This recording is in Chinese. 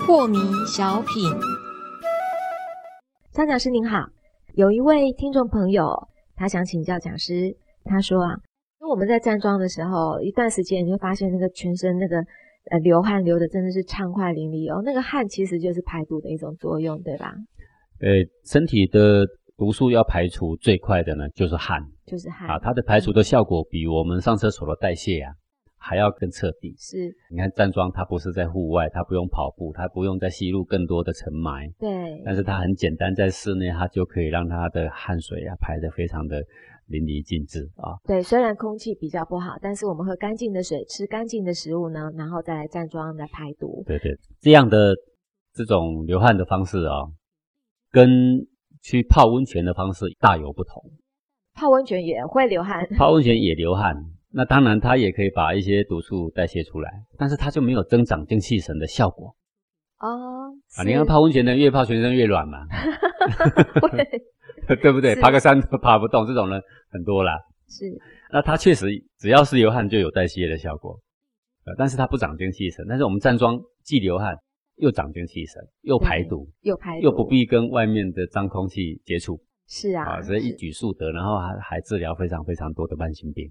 破迷小品。张讲师您好，有一位听众朋友，他想请教讲师，他说啊，因为我们在站桩的时候，一段时间你会发现那个全身那个呃流汗流的真的是畅快淋漓哦，那个汗其实就是排毒的一种作用，对吧？呃，身体的毒素要排除最快的呢，就是汗就是汗啊，它的排除的效果比我们上厕所的代谢啊还要更彻底。是你看站桩，它不是在户外，它不用跑步，它不用再吸入更多的尘霾，对，但是它很简单，在室内它就可以让它的汗水啊排得非常的淋漓尽致啊。对，虽然空气比较不好，但是我们喝干净的水，吃干净的食物呢，然后再来站桩来排毒。对对，这样的这种流汗的方式啊、跟去泡温泉的方式大有不同。泡温泉也会流汗， 泡温泉也流汗，那当然它也可以把一些毒素代谢出来，但是它就没有增长精气神的效果哦，啊。是你 看泡温泉的人越泡全身越软嘛，会对不对？是爬个山都爬不动，这种人很多啦。是那它确实只要是流汗就有代谢的效果，呃，但是它不长精气神。但是我们站桩既流汗又长精气神，又排毒，有排又毒不必跟外面的脏空气接触嗯是啊，啊，所以一是举数得，然后还还治疗非常非常多的慢性病。